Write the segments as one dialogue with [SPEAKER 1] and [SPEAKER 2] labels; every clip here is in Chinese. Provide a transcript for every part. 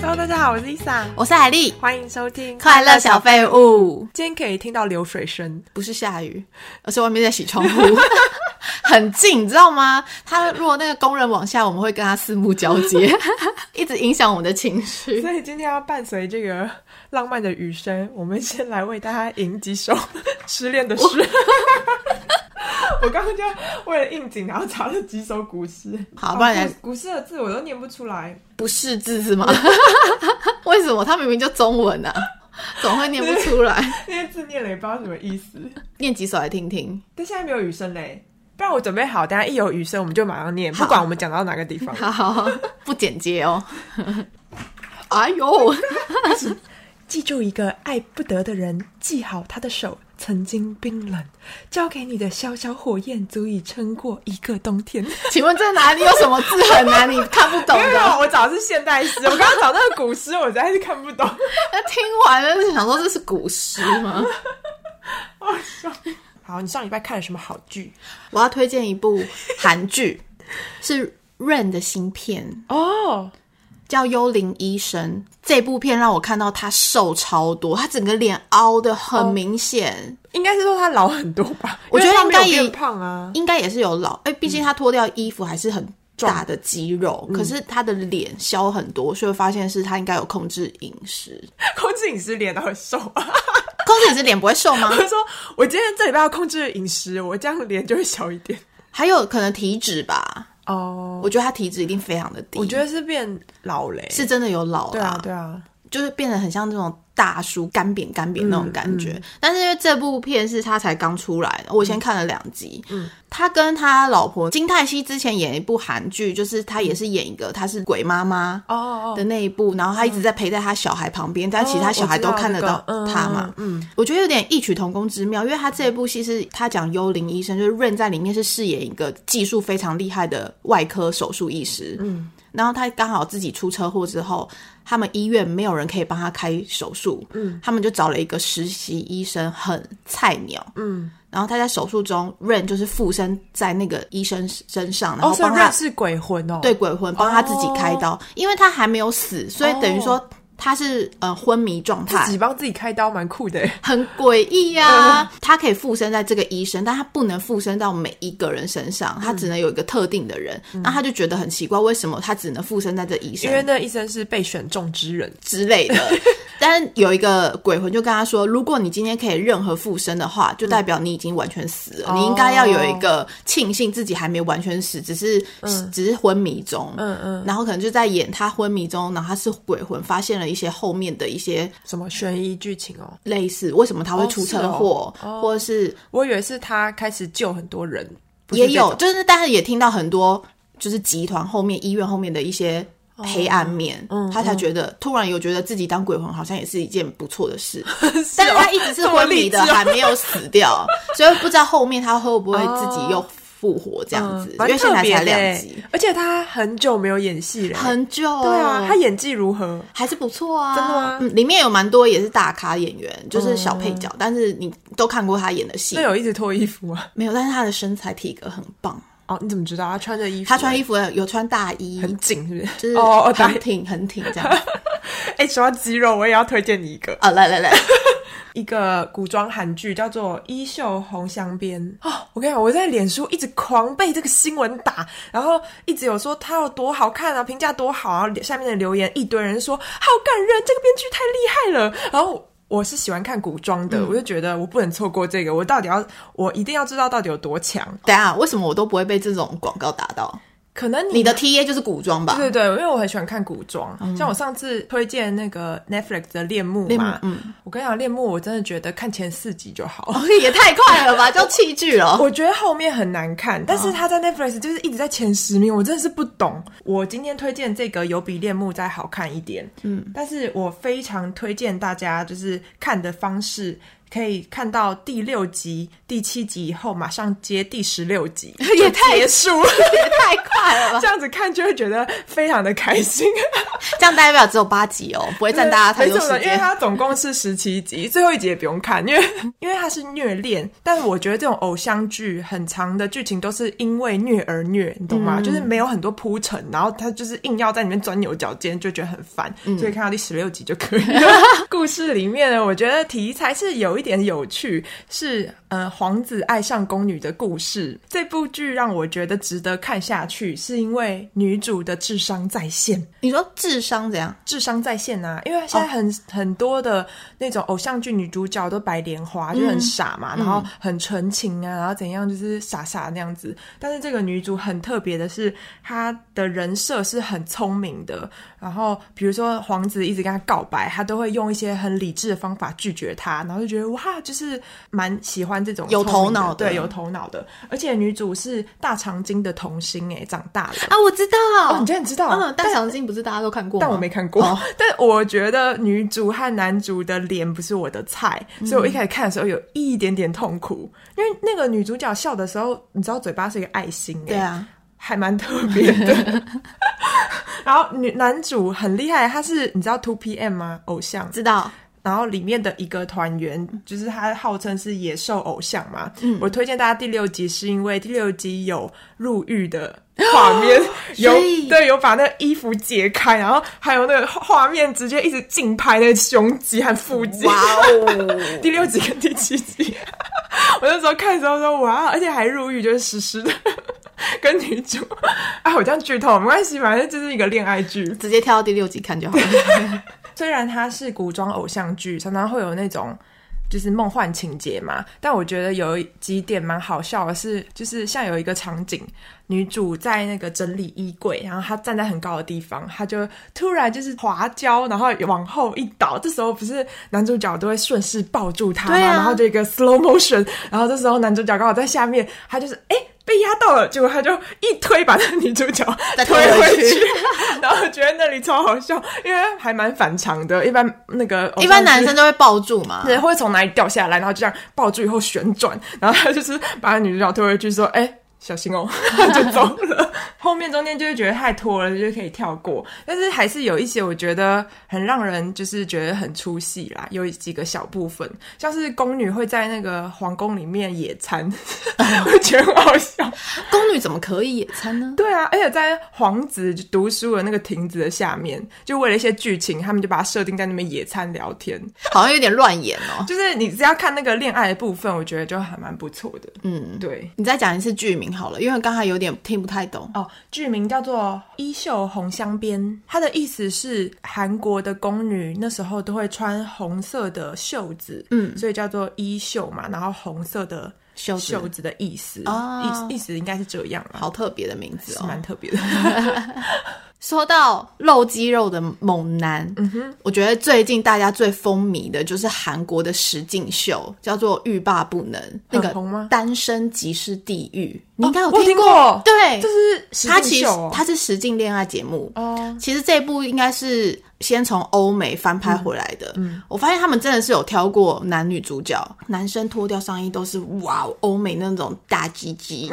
[SPEAKER 1] Hello，大家好，我是 Lisa，
[SPEAKER 2] 我是海丽，
[SPEAKER 1] 欢迎收听
[SPEAKER 2] 快乐小废物。
[SPEAKER 1] 今天可以听到流水声，
[SPEAKER 2] 不是下雨，而是外面在洗窗户， 很近，你知道吗？他如果那个工人往下，我们会跟他四目交 接，一直影响我们的情绪。
[SPEAKER 1] 所以今天要伴随这个 浪漫的雨声，我们先来为大家吟几首 失恋的诗。我刚刚就为了应景，然后查了几首古诗，
[SPEAKER 2] 好不然来
[SPEAKER 1] 哦古古诗的字我都念不出来，
[SPEAKER 2] 不是字是吗？ 为什么他明明就中文啊，总会念不出来？
[SPEAKER 1] 那些字念了也不知道什么意思。
[SPEAKER 2] 念几首来听听。
[SPEAKER 1] 但现在没有雨声嘞，不然我准备好，等一下一有雨声我们就马上念，不管我们讲到哪个地方。
[SPEAKER 2] 好，不简洁哦。 哎呦，
[SPEAKER 1] 记住一个爱不得的人，记好他的手曾经冰冷，交给你的小小火焰足以撑过一个冬天。
[SPEAKER 2] 请问这哪里有什么字很难你看不 懂
[SPEAKER 1] 没有，没
[SPEAKER 2] 的？
[SPEAKER 1] 有我找的是现代诗，我刚刚找那个古诗，我实在是看不懂。
[SPEAKER 2] 那听完了就想说这是古诗吗？
[SPEAKER 1] 好，你上礼拜看了什么好剧？
[SPEAKER 2] 我要推荐一部韩 剧，是 Rain 的新片，
[SPEAKER 1] 哦，
[SPEAKER 2] 叫《幽灵医生》。这部片让我看到他瘦超多，他整个脸凹的很明显，
[SPEAKER 1] 应该是说他老很多吧？
[SPEAKER 2] 我觉得
[SPEAKER 1] 因为他没有
[SPEAKER 2] 应该也
[SPEAKER 1] 变胖啊。
[SPEAKER 2] 应该也是有老，哎、毕竟他脱掉衣服还是很。大的肌肉，
[SPEAKER 1] 嗯
[SPEAKER 2] 可是他的脸消很多，所以我发现是他应该有控制饮食。
[SPEAKER 1] 控制饮食脸都很瘦啊。
[SPEAKER 2] 控制饮食脸不会瘦吗
[SPEAKER 1] 我？就说 我今天这礼拜要控制饮食，我这样脸就会小一点。
[SPEAKER 2] 还有可能体脂吧，
[SPEAKER 1] 哦，
[SPEAKER 2] 我觉得他体脂一定非常的低。
[SPEAKER 1] 我觉得是变老嘞。
[SPEAKER 2] 是真的有老
[SPEAKER 1] 对
[SPEAKER 2] 啦
[SPEAKER 1] 啊，对啊。
[SPEAKER 2] 就是变得很像那种大叔干扁干扁那种感觉。但是因为这部片是他才刚出来的，我先看了两集。嗯，他跟他老婆金泰熙之前演一部韩剧，就是他也是演一个他是鬼妈妈
[SPEAKER 1] 哦哦，嗯
[SPEAKER 2] 的那一部，然后他一直在陪在他小孩旁边，但其实他小孩都看得到他嘛。
[SPEAKER 1] 嗯，嗯
[SPEAKER 2] 我觉得有点异曲同工之妙，因为他这部戏是他讲幽灵医生，就是 Rain 在里面是饰演一个技术非常厉害的外科手术医师，嗯，然后他刚好自己出车祸之后，他们医院没有人可以帮他开手术，嗯，他们就找了一个实习医生，很菜鸟，嗯，然后他在手术中，Rain 就是附身在那个医生身上，然
[SPEAKER 1] 哦，
[SPEAKER 2] 后
[SPEAKER 1] 所以
[SPEAKER 2] 帮他、
[SPEAKER 1] 瑞是鬼魂哦，
[SPEAKER 2] 对，鬼魂帮他自己开刀，因为他还没有死，所以等于说。他是呃昏迷状态，
[SPEAKER 1] 哦自己帮自己开刀蛮酷的，
[SPEAKER 2] 很诡异呀。
[SPEAKER 1] 嗯
[SPEAKER 2] 他可以附身在这个医生，但他不能附身到每一个人身上，他只能有一个特定的人。那他就觉得很奇怪，为什么他只能附身在这
[SPEAKER 1] 嗯
[SPEAKER 2] 医
[SPEAKER 1] 因
[SPEAKER 2] 生
[SPEAKER 1] 为那医生是被选中之人，
[SPEAKER 2] 之 类的？但有一个鬼魂就跟他说，如果你今天可以任何附身的话，就
[SPEAKER 1] 嗯
[SPEAKER 2] 代表你已经完全死了，
[SPEAKER 1] 哦
[SPEAKER 2] 你应该要有一个庆幸自己还没完全死，只是、只是昏迷中。
[SPEAKER 1] 嗯嗯，
[SPEAKER 2] 然后可能就在演他昏迷中，然后他是鬼魂，发现了一些后面的一些
[SPEAKER 1] 什么悬疑剧情哦，
[SPEAKER 2] 类似为什么他会
[SPEAKER 1] 哦
[SPEAKER 2] 出
[SPEAKER 1] 是
[SPEAKER 2] 车
[SPEAKER 1] 哦
[SPEAKER 2] 祸，或者是
[SPEAKER 1] 我以为是他开始救很多人，不是
[SPEAKER 2] 也
[SPEAKER 1] 这
[SPEAKER 2] 有，
[SPEAKER 1] 种
[SPEAKER 2] 就是但是也听到很多就是集团后面医院后面的一些
[SPEAKER 1] 哦
[SPEAKER 2] 黑暗面，
[SPEAKER 1] 嗯
[SPEAKER 2] 他才觉得、突然有觉得自己当鬼魂好像也是一件不错的事，但是他一直是昏迷的，
[SPEAKER 1] 哦这么励志哦
[SPEAKER 2] 还没有死 掉，所以不知道后面他会不会自己又复活这样
[SPEAKER 1] 嗯
[SPEAKER 2] 子，
[SPEAKER 1] 蛮
[SPEAKER 2] 因为现
[SPEAKER 1] 特
[SPEAKER 2] 在
[SPEAKER 1] 别
[SPEAKER 2] 才
[SPEAKER 1] 的
[SPEAKER 2] 两集
[SPEAKER 1] 欸，，而且他很久没有演戏了，
[SPEAKER 2] 很久，
[SPEAKER 1] 对啊，他演技如何？
[SPEAKER 2] 还是不错啊，
[SPEAKER 1] 真的吗哦
[SPEAKER 2] 嗯，里面有蛮多也是大咖演员，就是小配角，但是你都看过他演的戏
[SPEAKER 1] 那，有一直脱衣服吗？
[SPEAKER 2] 没有？但是他的身材体格很棒，
[SPEAKER 1] 哦，你怎么知道他穿着衣服？
[SPEAKER 2] 他穿
[SPEAKER 1] 衣
[SPEAKER 2] 衣服有穿大衣，
[SPEAKER 1] 很紧，是不是？
[SPEAKER 2] 就是
[SPEAKER 1] 哦哦，
[SPEAKER 2] 很
[SPEAKER 1] 对，
[SPEAKER 2] 挺很挺这样。
[SPEAKER 1] 哎，说到肌肉，我也要推荐你一个
[SPEAKER 2] 啊，来来来，
[SPEAKER 1] 一个古装韩剧，叫做《衣袖红镶边》哦。我跟你讲，我在脸书一直狂被这个新闻打，然后一直有说它有多好看啊，评价多好啊，下面的留言一堆人说好感人，这个编剧太厉害了。然后我是喜欢看古装的，我就觉得我不能错过这个，我到底要我一定要知道到底有多强。
[SPEAKER 2] 等一下为什么我都不会被这种广告打到？
[SPEAKER 1] 可能你
[SPEAKER 2] 你的 T A 就是古装吧？
[SPEAKER 1] 对对，因为我很喜欢看古装，像我上次推荐那个 Netflix 的《恋慕》嘛，嗯，我跟你讲，《恋慕》我真的觉得看前四集就好。
[SPEAKER 2] 也太快了吧，叫弃剧了。
[SPEAKER 1] 我觉得后面很难看，但是
[SPEAKER 2] 哦
[SPEAKER 1] 他在 Netflix 就是一直在前十名，我真的是不懂。我今天推荐这个有比《恋慕》再好看一点，嗯，但是我非常推荐大家就是看的方式。可以看到第六集、第七集以后，马上接第十六集，
[SPEAKER 2] 也太
[SPEAKER 1] 就结束，
[SPEAKER 2] 也太快了
[SPEAKER 1] 这
[SPEAKER 2] 吧！
[SPEAKER 1] 样子看就会觉得非常的开心。
[SPEAKER 2] 这样代表只有八集哦，不会占大家太
[SPEAKER 1] 没
[SPEAKER 2] 多
[SPEAKER 1] 错
[SPEAKER 2] 时
[SPEAKER 1] 的，因为
[SPEAKER 2] 间。
[SPEAKER 1] 它总共是十七集，最后一集也不用看，因为 因为它是虐恋。但我觉得这种偶像剧很长的剧情都是因为虐而虐，你懂吗？
[SPEAKER 2] 嗯
[SPEAKER 1] 就是没有很多铺陈，然后他就是硬要在里面钻牛角尖，就觉得很烦。
[SPEAKER 2] 嗯
[SPEAKER 1] 所以看到第十六集就可以 了。故事里面呢，我觉得题材是有一点有趣，是呃皇子爱上宫女的故事。这部剧让我觉得值得看下去，是因为女主的智商在线。
[SPEAKER 2] 你说智商怎样？
[SPEAKER 1] 智商在线呐、因为现在很、
[SPEAKER 2] 哦
[SPEAKER 1] 很多的那种偶像剧女主角都白莲
[SPEAKER 2] 嗯
[SPEAKER 1] 花，就很傻嘛，然后很纯情啊，然后怎样就是傻傻那样子。但是这个女主很特别的是，她的人设是很聪明的。然后比如说皇子一直跟她告白，她都会用一些很理智的方法拒绝他，然后就觉得哇，就是蛮喜欢这种
[SPEAKER 2] 有头
[SPEAKER 1] 聪明
[SPEAKER 2] 脑的
[SPEAKER 1] 对有头脑的。而且女主是大长今的童星诶、长大了。
[SPEAKER 2] 啊，我知道，
[SPEAKER 1] 哦，你竟然知道？
[SPEAKER 2] 嗯，大长今不是大家都看过吗？
[SPEAKER 1] 但我没看过。
[SPEAKER 2] 哦
[SPEAKER 1] 但我觉得女主和男主的脸不是我的菜，
[SPEAKER 2] 嗯
[SPEAKER 1] 所以我一开始看的时候有一点点痛苦，因为那个女主角笑的时候，你知道嘴巴是一个爱心、欸，
[SPEAKER 2] 对，啊，
[SPEAKER 1] 还蛮特别 的。然后女男主很厉害，他是你知道 Two PM 吗？偶像，
[SPEAKER 2] 知道。
[SPEAKER 1] 然后里面的一个团员，就是他号称是野兽偶像嘛。
[SPEAKER 2] 嗯
[SPEAKER 1] 我推荐大家第六集，是因为第六集有入狱的画面， 有
[SPEAKER 2] 所以
[SPEAKER 1] 对有把那个衣服解开，然后还有那个画面直接一直竞拍那个胸肌和腹肌。
[SPEAKER 2] 哇哦！
[SPEAKER 1] 第六集跟第七集， 我那时候看的时候说哇，而且还入狱，就是实施的。 跟女主，啊，我这样剧透没关系，反正这是一个恋爱剧。
[SPEAKER 2] 直接跳到第六集看就 好了。
[SPEAKER 1] 虽然它是古装偶像剧，常常会有那种就是梦幻情节嘛，但我觉得有几点蛮好笑的是，就是像有一个场景，女主在那个整理衣柜，然后她站在很高的地方，她就突然就是滑跤，然后往后一倒，这时候不是男主角都会顺势抱住她嘛，
[SPEAKER 2] 对啊
[SPEAKER 1] 然后就一个 slow motion，然后这时候男主角刚好在下面，他就是哎。诶被压到了，结果他就一推把那个女主角
[SPEAKER 2] 再
[SPEAKER 1] 推
[SPEAKER 2] 推回
[SPEAKER 1] 回
[SPEAKER 2] 去
[SPEAKER 1] 去， 然后我觉得那里超好笑，因为还蛮反常的。一般那个偶像剧
[SPEAKER 2] 一般男生都会抱住嘛，
[SPEAKER 1] 对 会从哪里掉下来，然后就这样抱住以后旋转，然后他就是把女主角推回去说：“哎、小心哦！” 就走了。后面中间就会觉得太拖了，就可以跳过。但是还是有一些我觉得很让人就是觉得很出戏啦，有几个小部分，像是宫女会在那个皇宫里面野餐， 我觉得很好笑。
[SPEAKER 2] 宫女怎么可以野餐呢？
[SPEAKER 1] 对啊，而且在皇子就读书的那个亭子的下面，就为了一些剧情，他们就把它设定在那边野餐聊天。
[SPEAKER 2] 好像有点乱演 哦。
[SPEAKER 1] 就是你只要看那个恋爱的部分，我觉得就还蛮不错的。
[SPEAKER 2] 嗯，
[SPEAKER 1] 对
[SPEAKER 2] 你再讲一次剧名好了，因为刚才有点听不太懂。
[SPEAKER 1] 哦，剧名叫做《衣袖红镶边》，它的意思是韩国的宫女那时候都会穿红色的袖子，嗯，所以叫做衣袖嘛，然后红色的
[SPEAKER 2] 袖子
[SPEAKER 1] 袖子的意思，
[SPEAKER 2] 哦
[SPEAKER 1] 意意思应该是这样啦，
[SPEAKER 2] 好特别的名字
[SPEAKER 1] 是
[SPEAKER 2] 哦！
[SPEAKER 1] 蛮特别的。
[SPEAKER 2] 说到露肌肉的猛男，嗯哼，我觉得最近大家最风靡的就是韩国的实境秀，叫做《欲罢不能》，那个
[SPEAKER 1] 红吗哦
[SPEAKER 2] 单身即是地狱，你应该有
[SPEAKER 1] 我有听
[SPEAKER 2] 过？
[SPEAKER 1] 过
[SPEAKER 2] 对，
[SPEAKER 1] 就是实
[SPEAKER 2] 它
[SPEAKER 1] 境
[SPEAKER 2] 其实
[SPEAKER 1] 秀哦
[SPEAKER 2] 它是实境恋爱节目
[SPEAKER 1] 哦
[SPEAKER 2] 其实这部应该是先从欧美翻拍回来的。嗯，我发现他们真的是有挑过男女主角，男生脱掉上衣都是哇，欧美那种大鸡鸡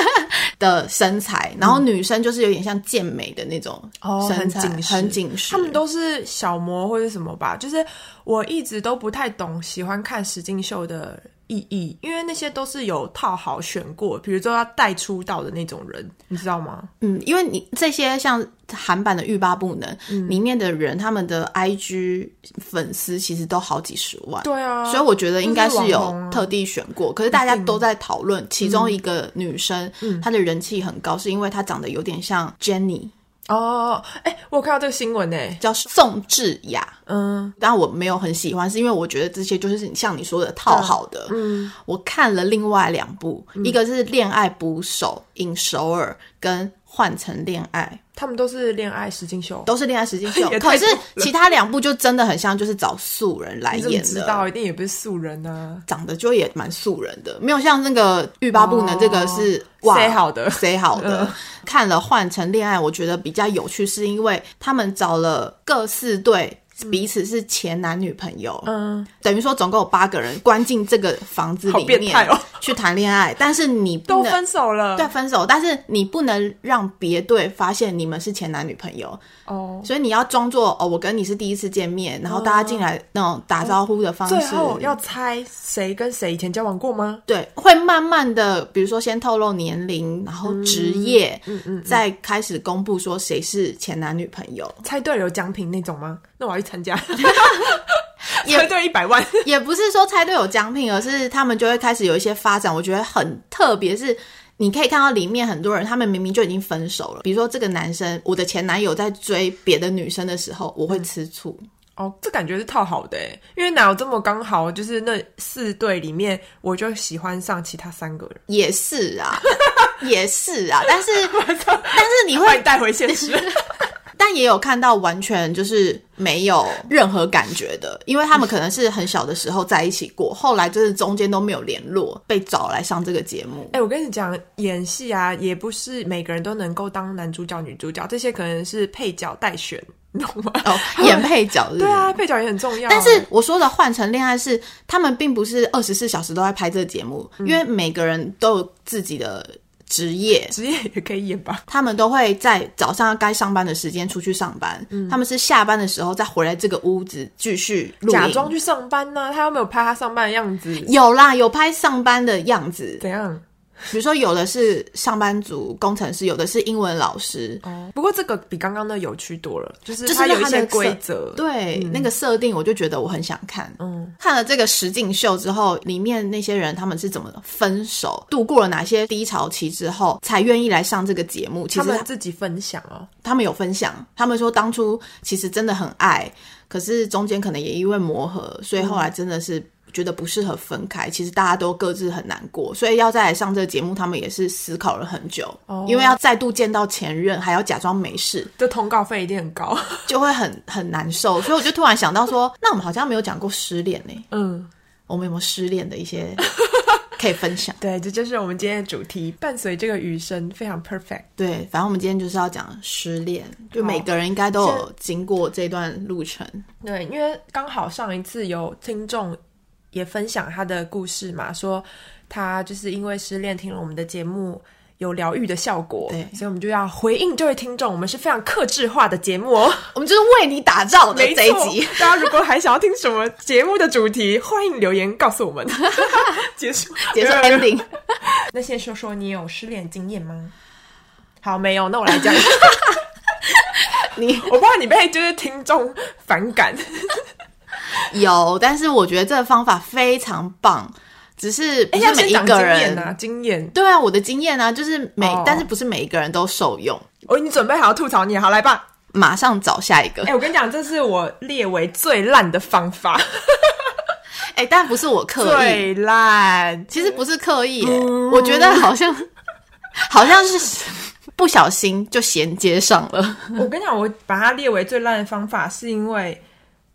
[SPEAKER 2] 的身材，然后女生就是有点像健美的那种
[SPEAKER 1] 哦
[SPEAKER 2] 身材，
[SPEAKER 1] 很紧实
[SPEAKER 2] 很紧实。
[SPEAKER 1] 他们都是小模或者什么吧，就是我一直都不太懂喜欢看实境秀的意义，因为那些都是有套好选过，比如说要带出道的那种人，你知道吗？
[SPEAKER 2] 嗯，因为你这些像韩版的欲罢不能、
[SPEAKER 1] 嗯
[SPEAKER 2] 里面的人，他们的 IG 粉丝其实都好几十万。
[SPEAKER 1] 对啊，
[SPEAKER 2] 所以我觉得应该
[SPEAKER 1] 就
[SPEAKER 2] 是
[SPEAKER 1] 是网
[SPEAKER 2] 有
[SPEAKER 1] 红啊
[SPEAKER 2] 特地选过，可是大家都在讨论其中一个女生，
[SPEAKER 1] 嗯
[SPEAKER 2] 她的人气很高，是因为她长得有点像 Jenny，
[SPEAKER 1] 哦，哎、我有看到这个新闻呢、
[SPEAKER 2] 叫宋智雅。
[SPEAKER 1] 嗯，
[SPEAKER 2] 但我没有很喜欢，是因为我觉得这些就是像你说的套好的。嗯，我看了另外两部，
[SPEAKER 1] 嗯
[SPEAKER 2] 一个是《恋爱捕手》尹首尔跟《换成恋爱》，
[SPEAKER 1] 他们都是恋爱实境秀，
[SPEAKER 2] 都是恋爱实境秀
[SPEAKER 1] 也。
[SPEAKER 2] 可
[SPEAKER 1] 太
[SPEAKER 2] 是
[SPEAKER 1] 多了
[SPEAKER 2] 其他两部就真的很像，就是找素人来
[SPEAKER 1] 你怎么
[SPEAKER 2] 演
[SPEAKER 1] 知
[SPEAKER 2] 的。
[SPEAKER 1] 道？一定也不是素人啊。
[SPEAKER 2] 长得就也蛮素人的，没有像那个欲罢不能
[SPEAKER 1] 哦
[SPEAKER 2] 这个是
[SPEAKER 1] 塞好 的
[SPEAKER 2] 塞好的。
[SPEAKER 1] 嗯
[SPEAKER 2] 看了《换成恋爱》，我觉得比较有趣，是因为他们找了各四对。彼此是前男女朋友，
[SPEAKER 1] 嗯，
[SPEAKER 2] 等于说总共有八个人关进这个房子
[SPEAKER 1] 好哦
[SPEAKER 2] 里
[SPEAKER 1] 变态
[SPEAKER 2] 面
[SPEAKER 1] 哦
[SPEAKER 2] 去谈恋爱，但是你
[SPEAKER 1] 都
[SPEAKER 2] 不能
[SPEAKER 1] 分手了，
[SPEAKER 2] 对分手，但是你不能让别对发现你们是前男女朋友，
[SPEAKER 1] 哦，
[SPEAKER 2] 所以你要装作哦，我跟你是第一次见面，然后大家进来那种打招呼的方式，
[SPEAKER 1] 最后要猜谁跟谁以前交往过吗？
[SPEAKER 2] 对，会慢慢的，比如说先透露年龄，然后职业，嗯嗯再开始公布说谁是前男女朋友，
[SPEAKER 1] 猜对了有奖品那种吗？那我要去参加，
[SPEAKER 2] 也
[SPEAKER 1] 猜对一百万，
[SPEAKER 2] 也不是说猜对有奖品，而是他们就会开始有一些发展。我觉得很特别，是你可以看到里面很多人，他们明明就已经分手了。比如说这个男生，我的前男友在追别的女生的时候，我会吃醋。
[SPEAKER 1] 哦，这感觉是套好的诶，因为哪有这么刚好？就是那四对里面，我就喜欢上其他三个人，
[SPEAKER 2] 也是啊，也是啊， 但是但是你
[SPEAKER 1] 把你
[SPEAKER 2] 会，
[SPEAKER 1] 带回现实。
[SPEAKER 2] 但也有看到完全就是没有任何感觉的，因为他们可能是很小的时候在一起过， 后来就是中间都没有联络，被找来上这个节目。
[SPEAKER 1] 哎、我跟你讲，演戏啊，也不是每个人都能够当男主角、女主角，这些可能是配角待选，你懂 吗？
[SPEAKER 2] 哦，演配角是不是
[SPEAKER 1] 对啊，配角也很重要。
[SPEAKER 2] 但是我说的换成恋爱是，他们并不是二十四小时都在拍这个节目，
[SPEAKER 1] 嗯
[SPEAKER 2] 因为每个人都有自己的职业。
[SPEAKER 1] 职业也可以演吧？
[SPEAKER 2] 他们都会在早上该上班的时间出去上班，
[SPEAKER 1] 嗯
[SPEAKER 2] 他们是下班的时候再回来这个屋子继续 录
[SPEAKER 1] 假
[SPEAKER 2] 影
[SPEAKER 1] 装去上班呢、他又没有拍他上班的样子，
[SPEAKER 2] 有啦，有拍上班的样子，
[SPEAKER 1] 怎样？
[SPEAKER 2] 比如说有的是上班族工程师，有的是英文老师，
[SPEAKER 1] 哦，不过这个比刚刚的有趣多了，就是
[SPEAKER 2] 就是
[SPEAKER 1] 它有一
[SPEAKER 2] 它的
[SPEAKER 1] 些
[SPEAKER 2] 设
[SPEAKER 1] 规则。
[SPEAKER 2] 对、那个设定，我就觉得我很想看。
[SPEAKER 1] 嗯，
[SPEAKER 2] 看了这个实境秀之后，里面那些人他们是怎么分手，度过了哪些低潮期之后，才愿意来上这个节目？其
[SPEAKER 1] 他
[SPEAKER 2] 实
[SPEAKER 1] 们
[SPEAKER 2] 他
[SPEAKER 1] 自己分享哦。
[SPEAKER 2] 他们有分享，他们说当初其实真的很爱，可是中间可能也因为磨合，所以后来真的是。觉得不适合分开，其实大家都各自很难过，所以要再来上这个节目，他们也是思考了很久，
[SPEAKER 1] 哦
[SPEAKER 2] 因为要再度见到前任，还要假装没事，
[SPEAKER 1] 这通告费一定很高。
[SPEAKER 2] 就会很很难受。所以我就突然想到说， 那我们好像没有讲过失恋呢、
[SPEAKER 1] 嗯，
[SPEAKER 2] 我们有没有失恋的 一些可以分享？
[SPEAKER 1] 对，这就是我们今天的主题。伴随这个雨声，非常 perfect。
[SPEAKER 2] 对，反正我们今天就是要讲失恋，就每个人应该都有经过这段路程。
[SPEAKER 1] 对，因为刚好上一次有听众也分享他的故事嘛，说他就是因为失恋听了我们的节目。有疗愈的效果，
[SPEAKER 2] 对
[SPEAKER 1] 所以我们就要回应这位听众，我们是非常克制化的节目哦。
[SPEAKER 2] 我们就是为你打造 的
[SPEAKER 1] 没
[SPEAKER 2] 这一
[SPEAKER 1] 错
[SPEAKER 2] 集。，
[SPEAKER 1] 大家如果还想要听什么节目的主题，欢迎留言告诉我们。 结束，
[SPEAKER 2] 结束
[SPEAKER 1] 没有没有
[SPEAKER 2] ending，
[SPEAKER 1] 那先说说你有失恋经验吗？好，没有，那我 来讲。
[SPEAKER 2] 你
[SPEAKER 1] 我怕你被就是听众反感。
[SPEAKER 2] 有，但是我觉得这个方法非常棒，只是不
[SPEAKER 1] 哎，
[SPEAKER 2] 是
[SPEAKER 1] 要
[SPEAKER 2] 每
[SPEAKER 1] 先
[SPEAKER 2] 一
[SPEAKER 1] 讲
[SPEAKER 2] 个
[SPEAKER 1] 经
[SPEAKER 2] 人。
[SPEAKER 1] 验啊，经验。
[SPEAKER 2] 对啊，我的经验啊，就是每，
[SPEAKER 1] 哦
[SPEAKER 2] 但是不是每一个人都受用。
[SPEAKER 1] 哦，你准备好要吐槽你，好来吧。
[SPEAKER 2] 马上找下一个，
[SPEAKER 1] 哎、我跟你讲，这是我列为最烂的方法，
[SPEAKER 2] 哎、但不是我刻意，
[SPEAKER 1] 最烂。
[SPEAKER 2] 其实不是刻意耶、
[SPEAKER 1] 嗯
[SPEAKER 2] 我觉得好像 好像是不小心就衔接上了。
[SPEAKER 1] 我跟你讲，我把它列为最烂的方法，是因为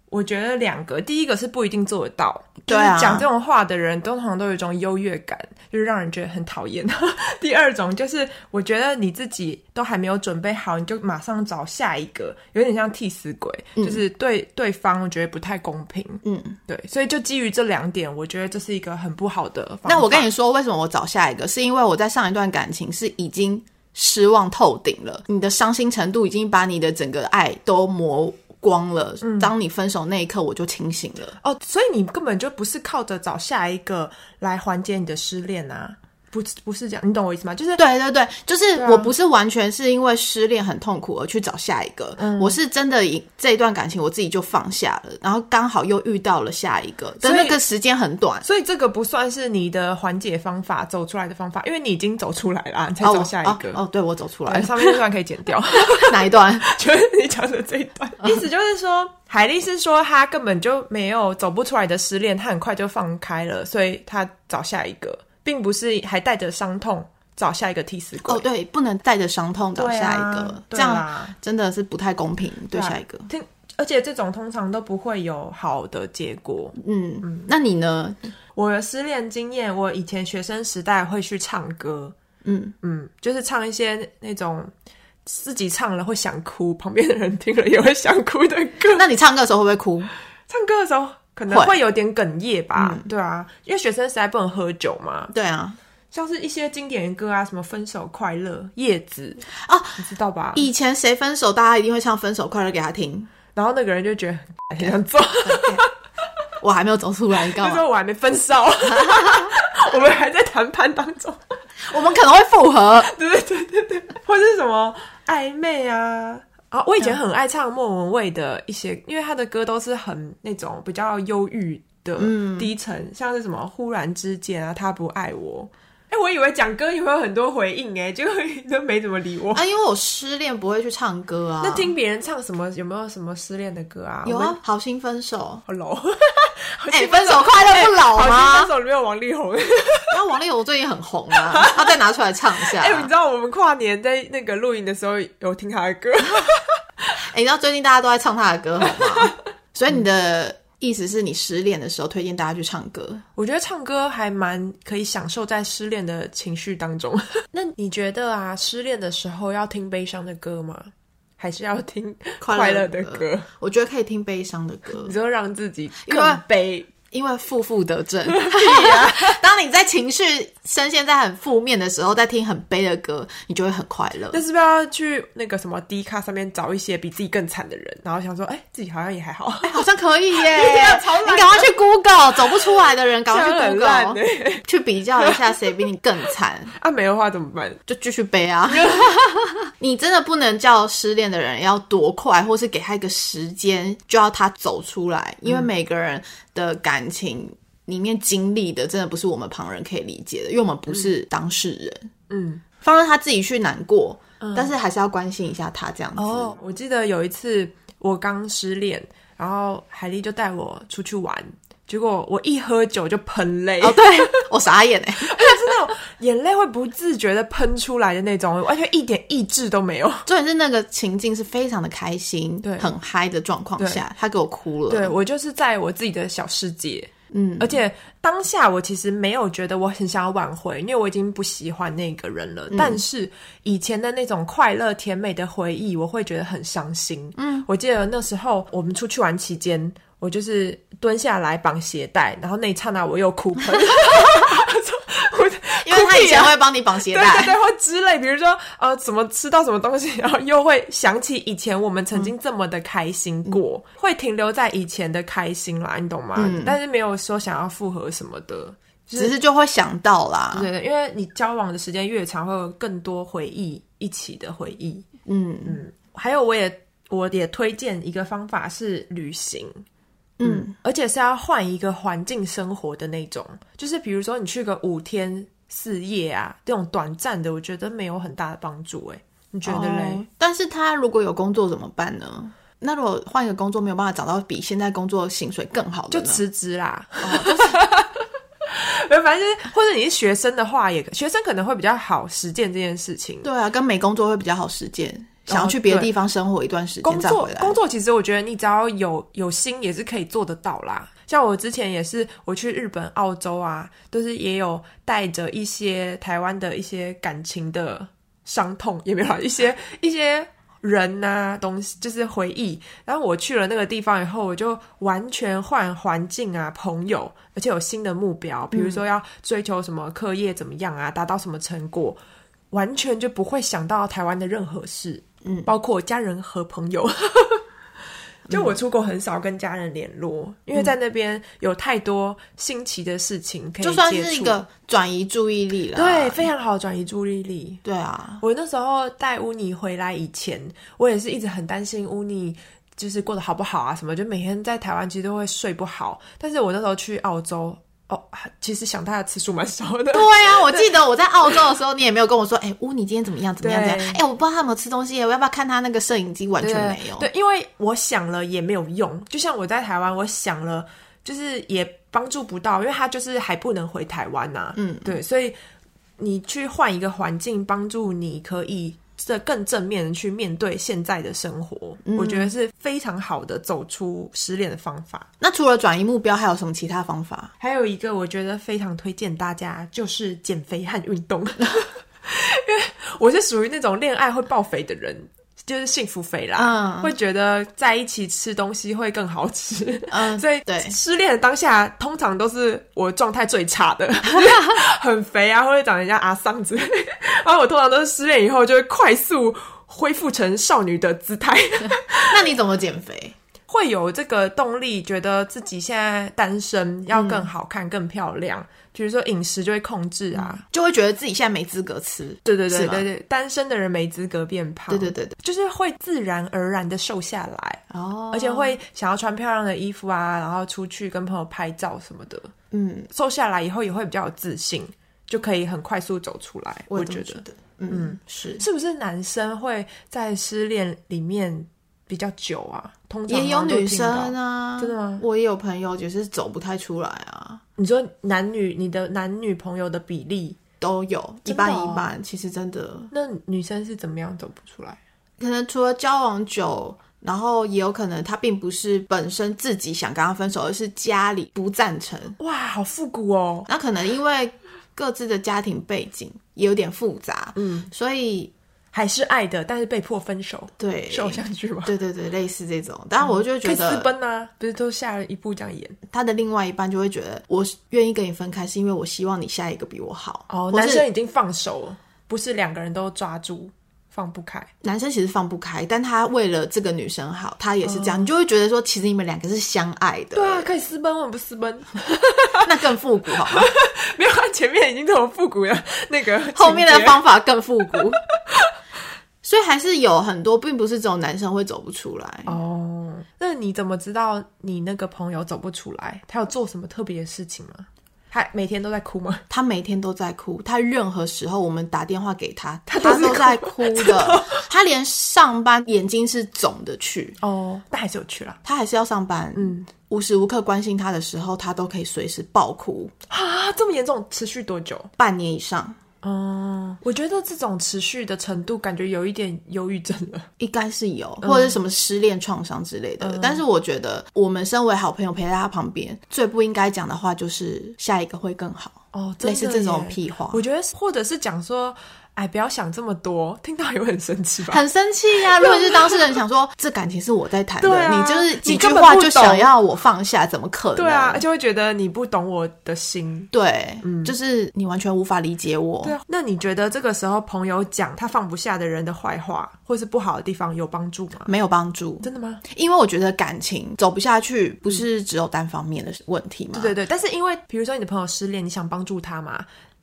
[SPEAKER 1] 我觉得两个，第一个是不一定做得到，
[SPEAKER 2] 对啊
[SPEAKER 1] 就是讲这种话的人，通常都有一种优越感，就是让人觉得很讨厌。 第二种就是，我觉得你自己都还没有准备好，你就马上找下一个，有点像替死鬼，就是对对方我觉得不太公平。
[SPEAKER 2] 嗯，
[SPEAKER 1] 对，所以就基于这两点，我觉得这是一个很不好的方法。
[SPEAKER 2] 那我跟
[SPEAKER 1] 你
[SPEAKER 2] 你说，为什么我找下一个？是因为我在上一段感情是已经失望透顶了，你的伤心程度已经把你的整个爱都磨光了。
[SPEAKER 1] 嗯
[SPEAKER 2] 当你分手那一刻，我就清醒了。
[SPEAKER 1] 哦，所以你根本就不是靠着找下一个来缓解你的失恋啊。不是不是这样，你懂我意思吗？就是
[SPEAKER 2] 对对对，就是
[SPEAKER 1] 对啊
[SPEAKER 2] 我不是完全是因为失恋很痛苦而去找下一个，
[SPEAKER 1] 嗯
[SPEAKER 2] 我是真的以这一段感情我自己就放下了，然后刚好又遇到了下一个，但
[SPEAKER 1] 所以
[SPEAKER 2] 那个时间很短，
[SPEAKER 1] 所以这个不算是你的缓解方法，走出来的方法，因为你已经走出来了，啊你才
[SPEAKER 2] 哦
[SPEAKER 1] 走下一个。
[SPEAKER 2] 哦哦，对我走出来
[SPEAKER 1] 哎
[SPEAKER 2] 了，
[SPEAKER 1] 上面那段可以剪掉，
[SPEAKER 2] 哪一段？
[SPEAKER 1] 就是你讲的这一 段。意思就是说，海丽是说她根本就没有走不出来的失恋，她很快就放开了，所以她找下一个，并不是还带着伤痛找下一个替死鬼。
[SPEAKER 2] 哦，对，不能带着伤痛找
[SPEAKER 1] 对
[SPEAKER 2] 下一
[SPEAKER 1] 啊
[SPEAKER 2] 个，这
[SPEAKER 1] 对啦
[SPEAKER 2] 样真的是不太公平对下一个。
[SPEAKER 1] 啊听，而且这种通常都不会有好的结果。
[SPEAKER 2] 嗯，那你呢？
[SPEAKER 1] 我的失恋经验，我以前学生时代会去唱歌，
[SPEAKER 2] 嗯
[SPEAKER 1] 嗯，就是唱一些那种自己唱了会想哭，旁边的人听了也会想哭的歌。
[SPEAKER 2] 那你唱歌的时候会不会哭？
[SPEAKER 1] 唱歌的时候可能
[SPEAKER 2] 会嗯
[SPEAKER 1] 会有点哽咽吧，对啊，因为学生时代不能喝酒嘛，
[SPEAKER 2] 对啊，
[SPEAKER 1] 像是一些经典的歌啊，什么《分手快乐》《叶子》
[SPEAKER 2] 哦，
[SPEAKER 1] 你知道吧？
[SPEAKER 2] 以前谁分手，大家一定会唱《分手快乐》给他听。
[SPEAKER 1] 然后那个人就觉得很 想走，
[SPEAKER 2] 我还没有走出来，你
[SPEAKER 1] 就
[SPEAKER 2] 干嘛？
[SPEAKER 1] 说我还没分手，我们还在谈判当中，
[SPEAKER 2] 我们可能会 复合。
[SPEAKER 1] 对对对对对， 或是什么暧昧啊。嗯啊，我以前很爱唱莫文蔚的一些，因为她的歌都是很那种比较忧郁的、低沉，像是什么忽然之间啊，他不爱我。哎、我以为讲歌也会有很多回应、哎，结果都没怎么理我。
[SPEAKER 2] 啊，因为我失恋不会去唱歌啊。
[SPEAKER 1] 那听别人唱什么，有没有什么失恋的歌啊？
[SPEAKER 2] 有
[SPEAKER 1] 我们
[SPEAKER 2] 啊，好心分 手。
[SPEAKER 1] 好老，
[SPEAKER 2] 哎、分手快乐不老
[SPEAKER 1] 好啊像
[SPEAKER 2] 吗
[SPEAKER 1] 分？手里面有王力 宏。
[SPEAKER 2] 然后王力宏最近很红啊，他再拿出来唱一下。
[SPEAKER 1] 哎、
[SPEAKER 2] 哎、
[SPEAKER 1] 你知道我们跨年在那个露营的时候有听他的歌，
[SPEAKER 2] 哎你知道最近大家都在唱他的歌好吗？ 所以你的意思是你失恋的时候推荐大家去唱歌？
[SPEAKER 1] 我觉得唱歌还蛮可以享受在失恋的情绪当中。 那你觉得啊，失恋的时候要听悲伤的歌吗？还是要听
[SPEAKER 2] 快
[SPEAKER 1] 快乐
[SPEAKER 2] 乐
[SPEAKER 1] 的
[SPEAKER 2] 的
[SPEAKER 1] 歌？
[SPEAKER 2] 我觉得可以听悲伤的歌
[SPEAKER 1] 你，就让自己
[SPEAKER 2] 因为
[SPEAKER 1] 更悲。
[SPEAKER 2] 因为负负得 正。啊当你在情绪深陷在很负面的时候，在听很悲的歌，你就会很快乐
[SPEAKER 1] 那。是不是要去那个什么 D 卡上面找一些比自己更惨的人，然后想说，哎、自己好像也还好，
[SPEAKER 2] 哎好像可以 耶！
[SPEAKER 1] 呀超懒的
[SPEAKER 2] 你赶快去 Google，走不出来的人赶快
[SPEAKER 1] 这样很
[SPEAKER 2] 去
[SPEAKER 1] 烂
[SPEAKER 2] Google，哦
[SPEAKER 1] 哎、
[SPEAKER 2] 去比较一下谁比你更惨。
[SPEAKER 1] 啊，没有的话怎么办？
[SPEAKER 2] 就继续 背啊。你真的不能叫失恋的人要多快，或是给他一个时间，就要他走出来，因为每个人的感情里面经历的，真的不是我们旁人可以理解的，因为我们不是当事人，
[SPEAKER 1] 嗯，
[SPEAKER 2] 放任他自己去难过，但是还是要关心一下他这样子。
[SPEAKER 1] 哦，我记得有一次我刚失恋，然后海丽就带我出去玩，结果我一喝酒就喷泪，
[SPEAKER 2] 哦，对 我傻眼哎，
[SPEAKER 1] 就是那种眼泪会不自觉的喷出来的那种，完全一点抑制都 没有。
[SPEAKER 2] 重点是那个情境是非常的开心，
[SPEAKER 1] 对
[SPEAKER 2] 很嗨的状况下，他给我哭了，
[SPEAKER 1] 对我就是在我自己的小世界。
[SPEAKER 2] 嗯，
[SPEAKER 1] 而且当下我其实没有觉得我很想要挽回，因为我已经不喜欢那个人
[SPEAKER 2] 嗯
[SPEAKER 1] 了。但是以前的那种快乐甜美的回忆，我会觉得很伤心。嗯，我记得那时候我们出去玩期间，我就是蹲下来绑鞋带，然后那一刹那我又哭 喷。我
[SPEAKER 2] 因为他以
[SPEAKER 1] 哭屁啊
[SPEAKER 2] 前会帮你绑鞋带，
[SPEAKER 1] 对对对，或之类，比如说呃，怎么吃到什么东西， 然后又会想起以前我们曾经这么的开心过，会停留在以前的开心啦，你懂吗？但是没有说想要复合什么的。
[SPEAKER 2] 只是就会想到啦，
[SPEAKER 1] 对对，因为你交往的时间越长，会有更多回忆，一起的回忆。
[SPEAKER 2] 嗯。
[SPEAKER 1] 还有，我也我也推荐一个方法是旅行。嗯，而且是要换一个环境生活的那种，就是比如说你去个五天四夜啊，这种短暂的，我觉得没有很大的帮助、欸。哎，你觉得嘞？
[SPEAKER 2] 哦但是他如果有工作怎么办呢？那如果换一个工作没有办法找到比现在工作薪水更好的哦
[SPEAKER 1] 就
[SPEAKER 2] 呢，
[SPEAKER 1] 辞职啦。 没有反正就是，或者你是学生的话也，学生可能会比较好实践这件事情。
[SPEAKER 2] 对啊，跟没工作会比较好实践。想要去别的地方生活一段时
[SPEAKER 1] 工
[SPEAKER 2] 间再
[SPEAKER 1] 作
[SPEAKER 2] 回
[SPEAKER 1] 哦
[SPEAKER 2] 来，
[SPEAKER 1] 工作其实我觉得你只要有有心也是可以做得到啦。像我之前也是，我去日本、澳洲啊，都是也有带着一些台湾的一些感情的伤痛，也没有啦一些一些人呐、东西，就是回忆。然后我去了那个地方以后，我就完全换环境啊，朋友，而且有新的目标，比如
[SPEAKER 2] 嗯
[SPEAKER 1] 说要追求什么课业怎么样啊，达到什么成果，完全就不会想到台湾的任何事，嗯，包括家人和朋友。 就我出国很少跟家人联络，因为在那边有太多新奇的事情可以接
[SPEAKER 2] 就
[SPEAKER 1] 触，
[SPEAKER 2] 算是一个啊转移注意力了。
[SPEAKER 1] 对非常好转移注意力。
[SPEAKER 2] 对啊，
[SPEAKER 1] 我那时候带乌尼回来以前，我也是一直很担心乌尼就是过得好不好啊什么，就每天在台湾其实都会睡不好。但是我那时候去澳洲，哦，其实想他的次数蛮少 的。
[SPEAKER 2] 对啊，我记得我在澳洲的时候，你也没有跟我说，哎、乌你今天怎么样，怎么样，怎么样？哎、我不知道他有没有吃东西耶，我要不要看他那个摄影机？完全没有。
[SPEAKER 1] 对，因为我想了也没有用，就像我在台湾，我想了就是也帮助不到，因为他就是还不能回台湾呐、嗯，对，所以你去换一个环境，帮助你可以。这更正面的去面对现在的生活，
[SPEAKER 2] 嗯
[SPEAKER 1] 我觉得是非常好的走出失恋的方法。
[SPEAKER 2] 那除了转移目标，还有什么其他方法？
[SPEAKER 1] 还有 一个我觉得非常推荐大家，就是减肥和运动。因为我是属于那种恋爱会爆肥的人。就是幸福肥啦，
[SPEAKER 2] 嗯
[SPEAKER 1] 会觉得在一起吃东西会更好吃，
[SPEAKER 2] 嗯
[SPEAKER 1] 所以
[SPEAKER 2] 对
[SPEAKER 1] 失恋的当下，通常都是我状态最差 的，很肥啊，或者长人家阿桑子， 然后我通常都是失恋以后就会快速恢复成少女的姿态，
[SPEAKER 2] 那你怎么减肥？
[SPEAKER 1] 会有这个动力，觉得自己现在单身要
[SPEAKER 2] 嗯
[SPEAKER 1] 更好看、更漂亮，比如说饮食就会控制啊，
[SPEAKER 2] 就会觉得自己现在没资格吃。
[SPEAKER 1] 对对
[SPEAKER 2] 嗯是
[SPEAKER 1] 对
[SPEAKER 2] 吗
[SPEAKER 1] 对对，单身的人没资格变胖，
[SPEAKER 2] 对对对对，
[SPEAKER 1] 就是会自然而然的瘦下来。
[SPEAKER 2] 哦
[SPEAKER 1] 而且会想要穿漂亮的衣服啊，然后出去跟朋友拍照什么的。
[SPEAKER 2] 嗯，
[SPEAKER 1] 瘦下来以后也会比较有自信，就可以很快速走出来。我
[SPEAKER 2] 我也这
[SPEAKER 1] 觉
[SPEAKER 2] 么
[SPEAKER 1] 得，
[SPEAKER 2] 得，嗯，是
[SPEAKER 1] 是不是男生会在失恋里面比较久啊？通常
[SPEAKER 2] 也有
[SPEAKER 1] 好像都
[SPEAKER 2] 女
[SPEAKER 1] 听到
[SPEAKER 2] 生。啊，
[SPEAKER 1] 真的吗
[SPEAKER 2] 我也有朋友就是走不太出来啊，
[SPEAKER 1] 你说男女你的男女朋友的比例，
[SPEAKER 2] 都有一
[SPEAKER 1] 真的
[SPEAKER 2] 半
[SPEAKER 1] 哦
[SPEAKER 2] 一半。其实真的，
[SPEAKER 1] 那女生是怎么样走不出来？
[SPEAKER 2] 可能除了交往久，然后也有可能他并不是本身自己想跟他分手，而是家里不赞成。
[SPEAKER 1] 哇，好复古哦！
[SPEAKER 2] 那可能因为各自的家庭背景也有点复杂，嗯，所以
[SPEAKER 1] 还是爱的，但是被迫分手，
[SPEAKER 2] 对，
[SPEAKER 1] 是偶像剧吗？
[SPEAKER 2] 对对对，类似这种。但我就
[SPEAKER 1] 可
[SPEAKER 2] 觉
[SPEAKER 1] 以私
[SPEAKER 2] 得
[SPEAKER 1] 奔啊，不是都下了一步这样演？
[SPEAKER 2] 他的另外一半就会觉得，我愿意跟你分开，是因为我希望你下一个比我好。
[SPEAKER 1] 哦，
[SPEAKER 2] 或
[SPEAKER 1] 男
[SPEAKER 2] 是
[SPEAKER 1] 生已经放手了，不是两个人都抓住放不开。
[SPEAKER 2] 男生其实放不开，但他为了这个女生好，他也是这样，你就会觉得说，其实你们两个是相爱的，
[SPEAKER 1] 对啊，可以私奔，为什么不私奔？
[SPEAKER 2] 那更复古好吗？
[SPEAKER 1] 没有，他前面已经这种复古的那 个情节，
[SPEAKER 2] 后面的方法更复古。 所以还是有很多，并不是只有男生会走不出来。
[SPEAKER 1] 哦。那你怎么知道你那个朋友走不出来？他有做什么特别的事情吗？他每天都在哭吗？
[SPEAKER 2] 他每天都在哭，他任何时候我们打电话给他，他
[SPEAKER 1] 都是
[SPEAKER 2] 都
[SPEAKER 1] 哭
[SPEAKER 2] 在哭 的。他连上班眼睛是肿的去，
[SPEAKER 1] 哦，但还是有去啦。
[SPEAKER 2] 他还是要上班。嗯，无时无刻关心他的时候，他都可以随时爆哭，
[SPEAKER 1] 啊，这么严重，持续多久？
[SPEAKER 2] 半年以上
[SPEAKER 1] 哦，我觉得这种持续的程度，感觉有一点忧郁症了。
[SPEAKER 2] 应该是有，
[SPEAKER 1] 嗯
[SPEAKER 2] 或者是什么失恋创伤之类的。但是我觉得，我们身为好朋友陪在他旁边，最不应该讲的话就是下一个会更好。
[SPEAKER 1] 哦，
[SPEAKER 2] 类似
[SPEAKER 1] 真的
[SPEAKER 2] 这种
[SPEAKER 1] 耶
[SPEAKER 2] 屁话
[SPEAKER 1] 我觉得或者是讲说，哎，不要想这么多，听到也会很生气 吧？
[SPEAKER 2] 很生气呀、 如果是当事人想说，这感情是我在谈的，
[SPEAKER 1] 对啊
[SPEAKER 2] 你就是几
[SPEAKER 1] 你
[SPEAKER 2] 句
[SPEAKER 1] 根本
[SPEAKER 2] 话
[SPEAKER 1] 不
[SPEAKER 2] 就
[SPEAKER 1] 懂
[SPEAKER 2] 想要我放下，怎么可能？
[SPEAKER 1] 对啊，而且会觉得你不懂我的心。
[SPEAKER 2] 对，就是你完全无法理解我
[SPEAKER 1] 对。啊，那你觉得这个时候朋友讲他放不下的人的坏话或是不好的地方有帮助吗？
[SPEAKER 2] 没有帮助，
[SPEAKER 1] 真的吗？
[SPEAKER 2] 因为我觉得感情走不下去，不是只有单方面的问题嘛。
[SPEAKER 1] 对对对，但是因为比如说你的朋友失恋，你想帮助他嘛，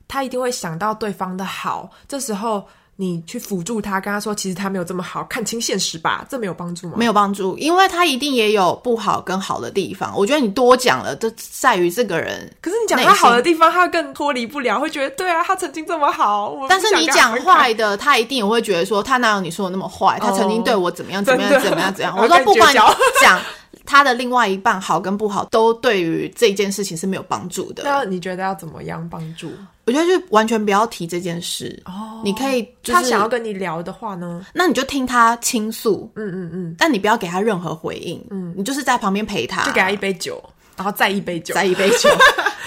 [SPEAKER 1] 他一定会想到对方的好，这时候你去辅助他，跟他说其实他没有这么好，看清现实吧，这没有帮助吗？
[SPEAKER 2] 没有帮助，因为他一定也有不好跟好的地方。我觉得你多讲了，就在于这个人。
[SPEAKER 1] 可是你讲
[SPEAKER 2] 内
[SPEAKER 1] 他好
[SPEAKER 2] 心
[SPEAKER 1] 的地方，他更脱离不了，会觉得对啊，他曾经这么好，我
[SPEAKER 2] 但
[SPEAKER 1] 不
[SPEAKER 2] 是
[SPEAKER 1] 想
[SPEAKER 2] 你
[SPEAKER 1] 跟他
[SPEAKER 2] 讲
[SPEAKER 1] 分开
[SPEAKER 2] 坏的，他一定也会觉得说，他哪有你说的那么坏？他曾经对我怎么样怎么样
[SPEAKER 1] 哦真的
[SPEAKER 2] 怎么样 怎么样？
[SPEAKER 1] 我
[SPEAKER 2] 我说
[SPEAKER 1] 跟你
[SPEAKER 2] 不管
[SPEAKER 1] 绝交
[SPEAKER 2] 讲他的另外一半好跟不好，都对于这件事情是没有帮助的。
[SPEAKER 1] 那你觉得要怎么样帮助？
[SPEAKER 2] 我觉得就完全不要提这件事。哦，你可以就是
[SPEAKER 1] 他想要跟你聊的话呢？
[SPEAKER 2] 那你就听他倾诉，
[SPEAKER 1] 嗯嗯嗯，
[SPEAKER 2] 但你不要给他任何回应。嗯，你就是在旁边陪他，
[SPEAKER 1] 就给他一杯酒，然后再一杯酒，
[SPEAKER 2] 再一杯酒，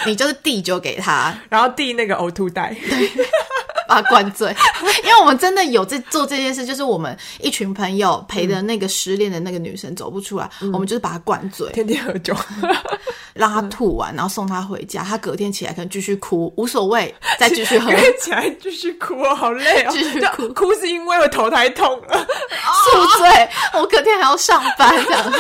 [SPEAKER 2] 你就是递酒给他，
[SPEAKER 1] 然后递那个呕吐袋。
[SPEAKER 2] 把他灌醉。 因为我们真的有这做这件事，就是我们一群朋友陪着那个失恋的那个女生走不出来，
[SPEAKER 1] 嗯
[SPEAKER 2] 我们就是把她灌醉，
[SPEAKER 1] 天天喝酒，
[SPEAKER 2] 让她吐完，然后送她回家。她隔天起来可能继续哭，无所谓， 再继续喝
[SPEAKER 1] 因。为起来继续哭，哦，好累哦。
[SPEAKER 2] 继续
[SPEAKER 1] 哭，哭是因为我头太痛了。
[SPEAKER 2] 宿醉，我隔天还要上班 这样。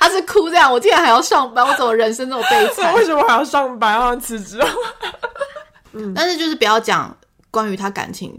[SPEAKER 2] 他是哭这样，我竟然还要上班，我怎么人生这么悲
[SPEAKER 1] 所以
[SPEAKER 2] 惨？
[SPEAKER 1] 为什么还要上班？好像辞职哦。嗯
[SPEAKER 2] 但是就是不要讲关于他感情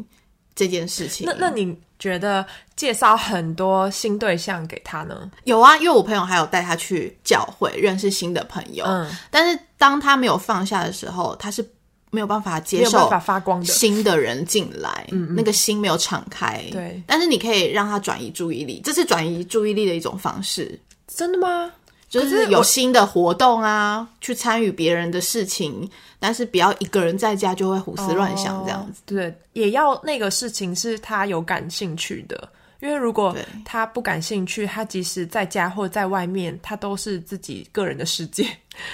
[SPEAKER 2] 这件事情。
[SPEAKER 1] 那那你觉得介绍很多新对象给他呢？
[SPEAKER 2] 有啊，因为我朋友还有带他去教会认识新的朋友，
[SPEAKER 1] 嗯
[SPEAKER 2] 但是当他没有放下的时候，他是没有办法
[SPEAKER 1] 没
[SPEAKER 2] 接
[SPEAKER 1] 有办
[SPEAKER 2] 受
[SPEAKER 1] 法发光的。嗯
[SPEAKER 2] 新的人进来，那个心没有敞开。
[SPEAKER 1] 对，
[SPEAKER 2] 但是你可以让他转移注意力，这是转移注意力的一种方式。
[SPEAKER 1] 真的吗？
[SPEAKER 2] 就
[SPEAKER 1] 可是
[SPEAKER 2] 是
[SPEAKER 1] 我
[SPEAKER 2] 有新的活动啊，去参与别人的事情，但是不要一个人在家就会胡思乱想这样子。
[SPEAKER 1] 子。哦对，也要那个事情是他有感兴趣的，因为如果
[SPEAKER 2] 对
[SPEAKER 1] 他不感兴趣，他即使在家或在外面，他都是自己个人的世界。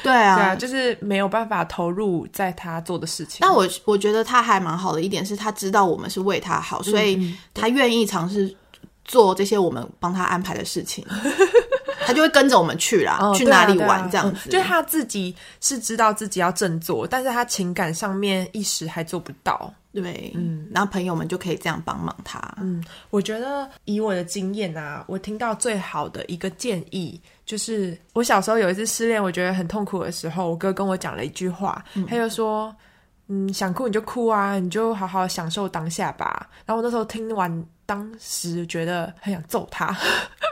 [SPEAKER 2] 对
[SPEAKER 1] 对啊，
[SPEAKER 2] 啊。
[SPEAKER 1] 就是没有办法投入在他做的事情。
[SPEAKER 2] 但我我觉得他还蛮好的一点是，他知道我们是为他好，所
[SPEAKER 1] 嗯
[SPEAKER 2] 以他愿意尝试做这些我们帮他安排的 事情，他就会跟着我们去啦，
[SPEAKER 1] 哦
[SPEAKER 2] 去
[SPEAKER 1] 对
[SPEAKER 2] 哪
[SPEAKER 1] 啊
[SPEAKER 2] 里
[SPEAKER 1] 对啊
[SPEAKER 2] 玩这样
[SPEAKER 1] 嗯
[SPEAKER 2] 子。
[SPEAKER 1] 就是他自己是知道自己要振作，但是他情感上面一时还做不到。
[SPEAKER 2] 对，嗯，然后朋友们就可以这样帮忙他。
[SPEAKER 1] 嗯，我觉得以我的经验啊，我听到最好的一个建议就是，我小时候有一次失恋，我觉得很痛苦的时候，我哥跟我讲了一句话，他就说：“嗯，想哭你就哭啊，你就好好享受当下吧。”然后我那时候听完，当时觉得很想揍他。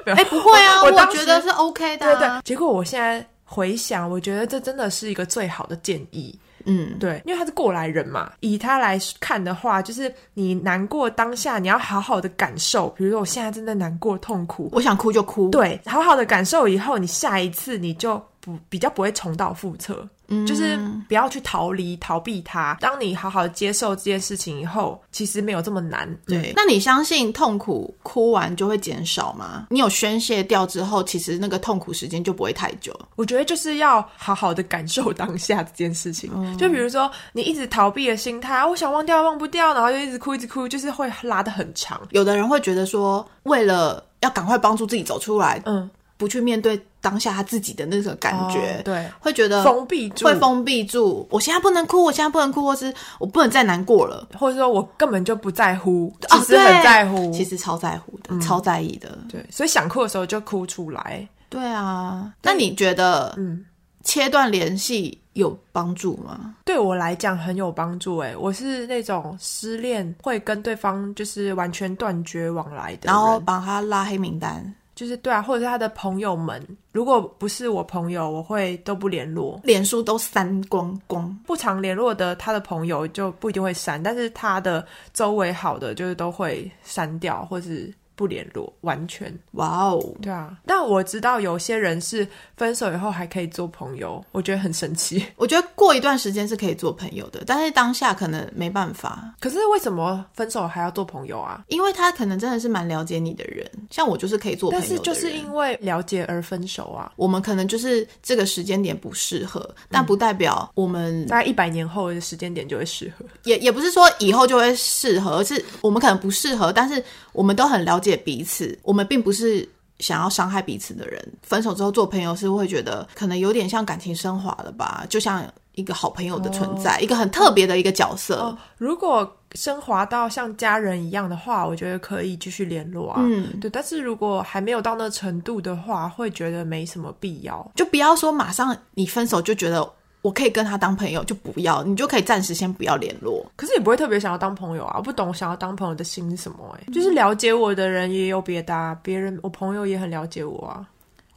[SPEAKER 2] 哎、不会啊，
[SPEAKER 1] 我
[SPEAKER 2] 我
[SPEAKER 1] 当时
[SPEAKER 2] 觉得是 OK 的、
[SPEAKER 1] 对
[SPEAKER 2] 啊。
[SPEAKER 1] 对，结果我现在回想，我觉得这真的是一个最好的建议。
[SPEAKER 2] 嗯，
[SPEAKER 1] 对，因为他是过来人嘛，以他来看的话，就是你难过当下，你要好好的感受。比如说，我现在正在难过、痛苦，
[SPEAKER 2] 我想哭就哭。，
[SPEAKER 1] 对，好好的感受以后，你下一次你就不比较不会重蹈覆辙，
[SPEAKER 2] 嗯
[SPEAKER 1] 就是不要去逃离、逃避它。当你好好地接受这件事情以后，其实没有这么难。
[SPEAKER 2] 对。那你相信痛苦哭完就会减少吗？你有宣泄掉之后，其实那个痛苦时间就不会太久。
[SPEAKER 1] 我觉得就是要好好的感受当下这件事情。
[SPEAKER 2] 嗯
[SPEAKER 1] 就比如说，你一直逃避的心态，啊我想忘掉忘不掉，然后就一直哭一直哭，就是会拉得很长。
[SPEAKER 2] 有的人会觉得说，为了要赶快帮助自己走出来，
[SPEAKER 1] 嗯，
[SPEAKER 2] 不去面对当下他自己的那种感觉，
[SPEAKER 1] 哦对
[SPEAKER 2] 会觉得
[SPEAKER 1] 封闭住
[SPEAKER 2] 会封闭住。我现在不能哭，我现在不能哭，或是我不能再难过了。
[SPEAKER 1] 或者说我根本就不在乎，
[SPEAKER 2] 哦
[SPEAKER 1] 其实很
[SPEAKER 2] 对
[SPEAKER 1] 在乎，嗯
[SPEAKER 2] 其实超在乎的，超在意的。
[SPEAKER 1] 对，所以想哭的时候就哭出来。
[SPEAKER 2] 对啊，那你觉得，嗯，切断联系有帮助吗？
[SPEAKER 1] 对我来讲很有帮助诶，我是那种失恋会跟对方就是完全断绝往来的人，
[SPEAKER 2] 然后把他拉黑名单，
[SPEAKER 1] 就是对啊，或者是他的朋友们，如果不是我朋友，我会都不联络，
[SPEAKER 2] 脸书都删光光。
[SPEAKER 1] 不常联络的他的朋友就不一定会删，但是他的周围好的就是都会删掉或是不联络，完全
[SPEAKER 2] 哇哦，
[SPEAKER 1] 对啊。但我知道有些人是分手以后还可以做朋友，我觉得很神奇。
[SPEAKER 2] 我觉得过一段时间是可以做朋友的，但是当下可能没办法，
[SPEAKER 1] 可是为什么分手还要做朋友啊？
[SPEAKER 2] 因为他可能真的是蛮了解你的人。像我就是可以做朋
[SPEAKER 1] 但
[SPEAKER 2] 友的
[SPEAKER 1] 是
[SPEAKER 2] 人，
[SPEAKER 1] 就是因为了解而分手啊，
[SPEAKER 2] 我们可能就是这个时间点不适合，但不代表我们
[SPEAKER 1] 大概一百年后的时间点就会适合。
[SPEAKER 2] 也也不是说以后就会适合，而是我们可能不适合，但是我们都很了解彼此，我们并不是想要伤害彼此的人。分手之后做朋友是会觉得可能有点像感情升华了吧，就像一个好朋友的存在，一个很特别的一个角色。
[SPEAKER 1] 哦，如果升华到像家人一样的话，我觉得可以继续联络啊。
[SPEAKER 2] 嗯，
[SPEAKER 1] 对。但是如果还没有到那程度的话，会觉得没什么必要。
[SPEAKER 2] 就不要说马上你分手就觉得我可以跟他当朋友，就不要，你就可以暂时先不要联络。
[SPEAKER 1] 可是也不会特别想要当朋友啊，我不懂想要当朋友的心是什么、欸。就是了解我的人也有别的、啊，别人我朋友也很了解我啊，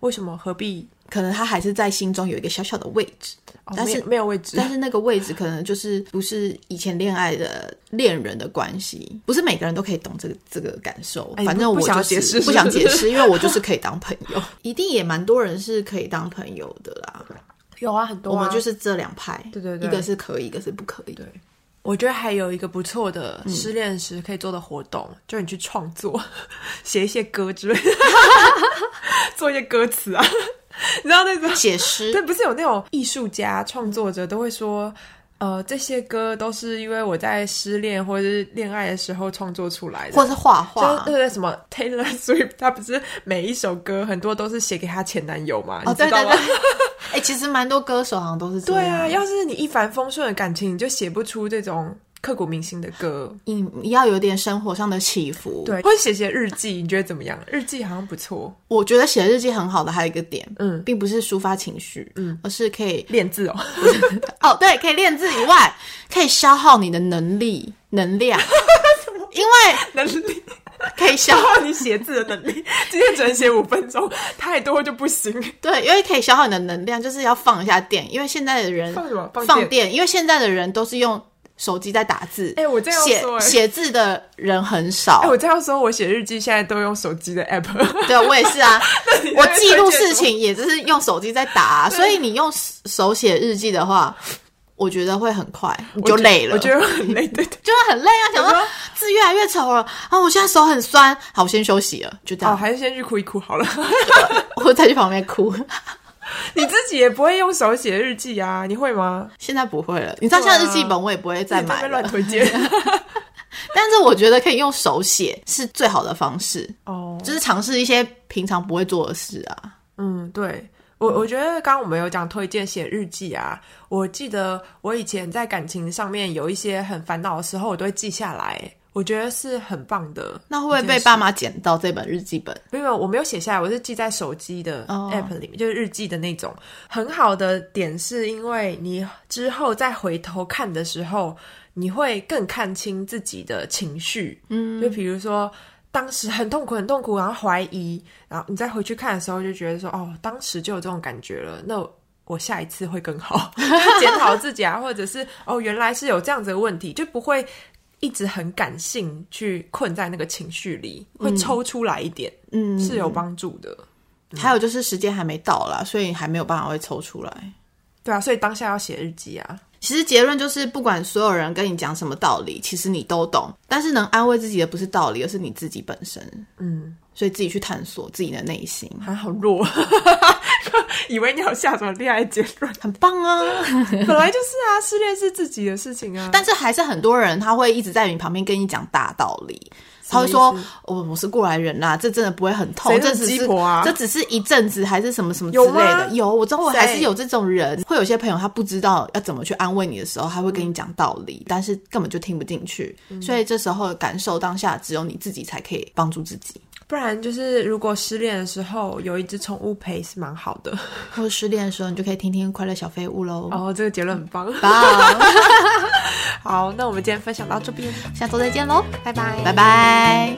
[SPEAKER 1] 为什么何必？
[SPEAKER 2] 可能他还是在心中有一个小小的位置，
[SPEAKER 1] 哦、
[SPEAKER 2] 但是
[SPEAKER 1] 没有没有位置
[SPEAKER 2] 但是那个位置可能就是不是以前恋爱的恋人的关系，不是每个人都可以懂这个这个感受。
[SPEAKER 1] 哎
[SPEAKER 2] 反正我
[SPEAKER 1] 不
[SPEAKER 2] 就是
[SPEAKER 1] 不想解释
[SPEAKER 2] 不 想解释，因为我就是可以当朋友，一定也蛮多人是可以当朋友的啦。
[SPEAKER 1] 有啊，很多、
[SPEAKER 2] 我们就是这两派，
[SPEAKER 1] 对对对
[SPEAKER 2] 一个是可以，一个是不可以。对，
[SPEAKER 1] 我觉得还有一个不错的失恋时可以做的活动，就是你去创作， 写一些歌之类的， 做一些歌词啊。你知道那种，
[SPEAKER 2] 写
[SPEAKER 1] 对，
[SPEAKER 2] 诗
[SPEAKER 1] 不是有那种艺术家、创作者都会说，呃，这些歌都是因为我在失恋或者是恋爱的时候创作出来的，
[SPEAKER 2] 或是画
[SPEAKER 1] 就是
[SPEAKER 2] 画
[SPEAKER 1] 对。对，什么 Taylor Swift，她不是每一首歌很多都是写给她前男友嘛？
[SPEAKER 2] 哦，
[SPEAKER 1] 你
[SPEAKER 2] 对
[SPEAKER 1] 知
[SPEAKER 2] 对
[SPEAKER 1] 道吗
[SPEAKER 2] 对，哎、其实蛮多歌手好像都是这
[SPEAKER 1] 对
[SPEAKER 2] 样。
[SPEAKER 1] 啊，要是你一帆风顺的感情，你就写不出这种刻骨铭心的歌。
[SPEAKER 2] 你你要有点生活上的起伏。，
[SPEAKER 1] 对，或者写写日记，你觉得怎么样？日记好像不错，
[SPEAKER 2] 我觉得写日记很好的还有一个点，
[SPEAKER 1] 嗯
[SPEAKER 2] 并不是抒发情绪，嗯，而是可以
[SPEAKER 1] 练字 哦。
[SPEAKER 2] 哦，对，可以练字以外，可以消耗你的能力、能量，因为
[SPEAKER 1] 能 力，
[SPEAKER 2] 可以消
[SPEAKER 1] 消哦耗你写字的能力。今天只能写五分钟，太多就不行。
[SPEAKER 2] 对，因为可以消耗你的能量，就是要放一下电，因为现在的人
[SPEAKER 1] 放什么放
[SPEAKER 2] 放电，因为现在的人都是用手机在打字，
[SPEAKER 1] 哎我这样
[SPEAKER 2] 写
[SPEAKER 1] 说哎
[SPEAKER 2] 写字的人很少，
[SPEAKER 1] 哎，我这样说，我写日记现在都用手机的 app。
[SPEAKER 2] 对我也是啊
[SPEAKER 1] 你，在
[SPEAKER 2] 我记录
[SPEAKER 1] 推荐什
[SPEAKER 2] 事
[SPEAKER 1] 么
[SPEAKER 2] 情也就是用手机在打啊、所以你用手写日记的话，我觉得会很快，你就累 了，
[SPEAKER 1] 我觉得很累，对对。
[SPEAKER 2] 就会很累啊，想
[SPEAKER 1] 我
[SPEAKER 2] 说
[SPEAKER 1] 说
[SPEAKER 2] 字越来越丑了啊，我现在手很酸，好，我先休息了，就这
[SPEAKER 1] 哦，
[SPEAKER 2] 样，
[SPEAKER 1] 还是先去哭一哭好了。
[SPEAKER 2] 我再去旁边哭。
[SPEAKER 1] 你自己也不会用手写日记啊？ 你会吗？
[SPEAKER 2] 现在不会了，你知道现在日记
[SPEAKER 1] 对啊
[SPEAKER 2] 本我也不会再
[SPEAKER 1] 自己在那
[SPEAKER 2] 买
[SPEAKER 1] 边
[SPEAKER 2] 了
[SPEAKER 1] 乱，推荐
[SPEAKER 2] 但是我觉得可以用手写是最好的方式，
[SPEAKER 1] 哦。
[SPEAKER 2] 就是尝试一些平常不会做的事啊。
[SPEAKER 1] 嗯，对我，我觉得刚刚我们有讲推荐写日记啊，我记得我以前在感情上面有一些很烦恼的时候，我都会记下来，我觉得是很棒的。
[SPEAKER 2] 那会不会被爸妈捡到这本日记本？
[SPEAKER 1] 没有没有，我没有写下来，我是记在手机的
[SPEAKER 2] 哦
[SPEAKER 1] app 里面就是日记的那种。很好的点是因为你之后再回头看的时候，你会更看清自己的情绪。嗯，就比如说。当时很痛苦，很痛苦，然后怀疑，然后你再回去看的时候，就觉得说，哦，当时就有这种感觉了，那我我下一次会更好，就是检讨自己啊，或者是哦，原来是有这样子的问题，就不会一直很感性去困在那个情绪里，会抽出来一点。
[SPEAKER 2] 嗯，
[SPEAKER 1] 是有帮助的。
[SPEAKER 2] 还有就是时间还没到啦，所以还没有办法会抽出来。
[SPEAKER 1] 对啊，所以当下要写日记啊。
[SPEAKER 2] 其实结论就是，不管所有人跟你讲什么道理，其实你都懂，但是能安慰自己的不是道理，而是你自己本身。
[SPEAKER 1] 嗯，
[SPEAKER 2] 所以自己去探索自己的内心，
[SPEAKER 1] 还好弱， 以为你要下什么恋爱结 论，
[SPEAKER 2] 很棒 啊！
[SPEAKER 1] 本来就是啊，失恋是自己的事情啊。
[SPEAKER 2] 但是还是很多人他会一直在你旁边跟你讲大道理，他会
[SPEAKER 1] 什
[SPEAKER 2] 说哦
[SPEAKER 1] 么意思：“
[SPEAKER 2] 我、我是过来人啦、这真的不会很痛
[SPEAKER 1] 谁，那
[SPEAKER 2] 这
[SPEAKER 1] 么
[SPEAKER 2] 只
[SPEAKER 1] 鸡
[SPEAKER 2] 是、
[SPEAKER 1] 婆啊
[SPEAKER 2] 这只是一阵子还是什么什么之
[SPEAKER 1] 有
[SPEAKER 2] 类
[SPEAKER 1] 吗
[SPEAKER 2] 的。有”我周围
[SPEAKER 1] 谁
[SPEAKER 2] 还是有这种人，会有些朋友他不知道要怎么去安慰你的时候，他会跟你讲道理，但是根本就听不进去。
[SPEAKER 1] 嗯
[SPEAKER 2] 所以这时候感受当下，只有你自己才可以帮助自己。
[SPEAKER 1] 不然就是，如果失恋的时候有一只宠物陪是蛮好的。
[SPEAKER 2] 或者失恋的时候，你就可以听听快乐小废物喽。
[SPEAKER 1] 哦，这个结论很棒。
[SPEAKER 2] 好，
[SPEAKER 1] 好，那我们今天分享到这边，
[SPEAKER 2] 下周再见喽，
[SPEAKER 1] 拜拜，
[SPEAKER 2] 拜。拜。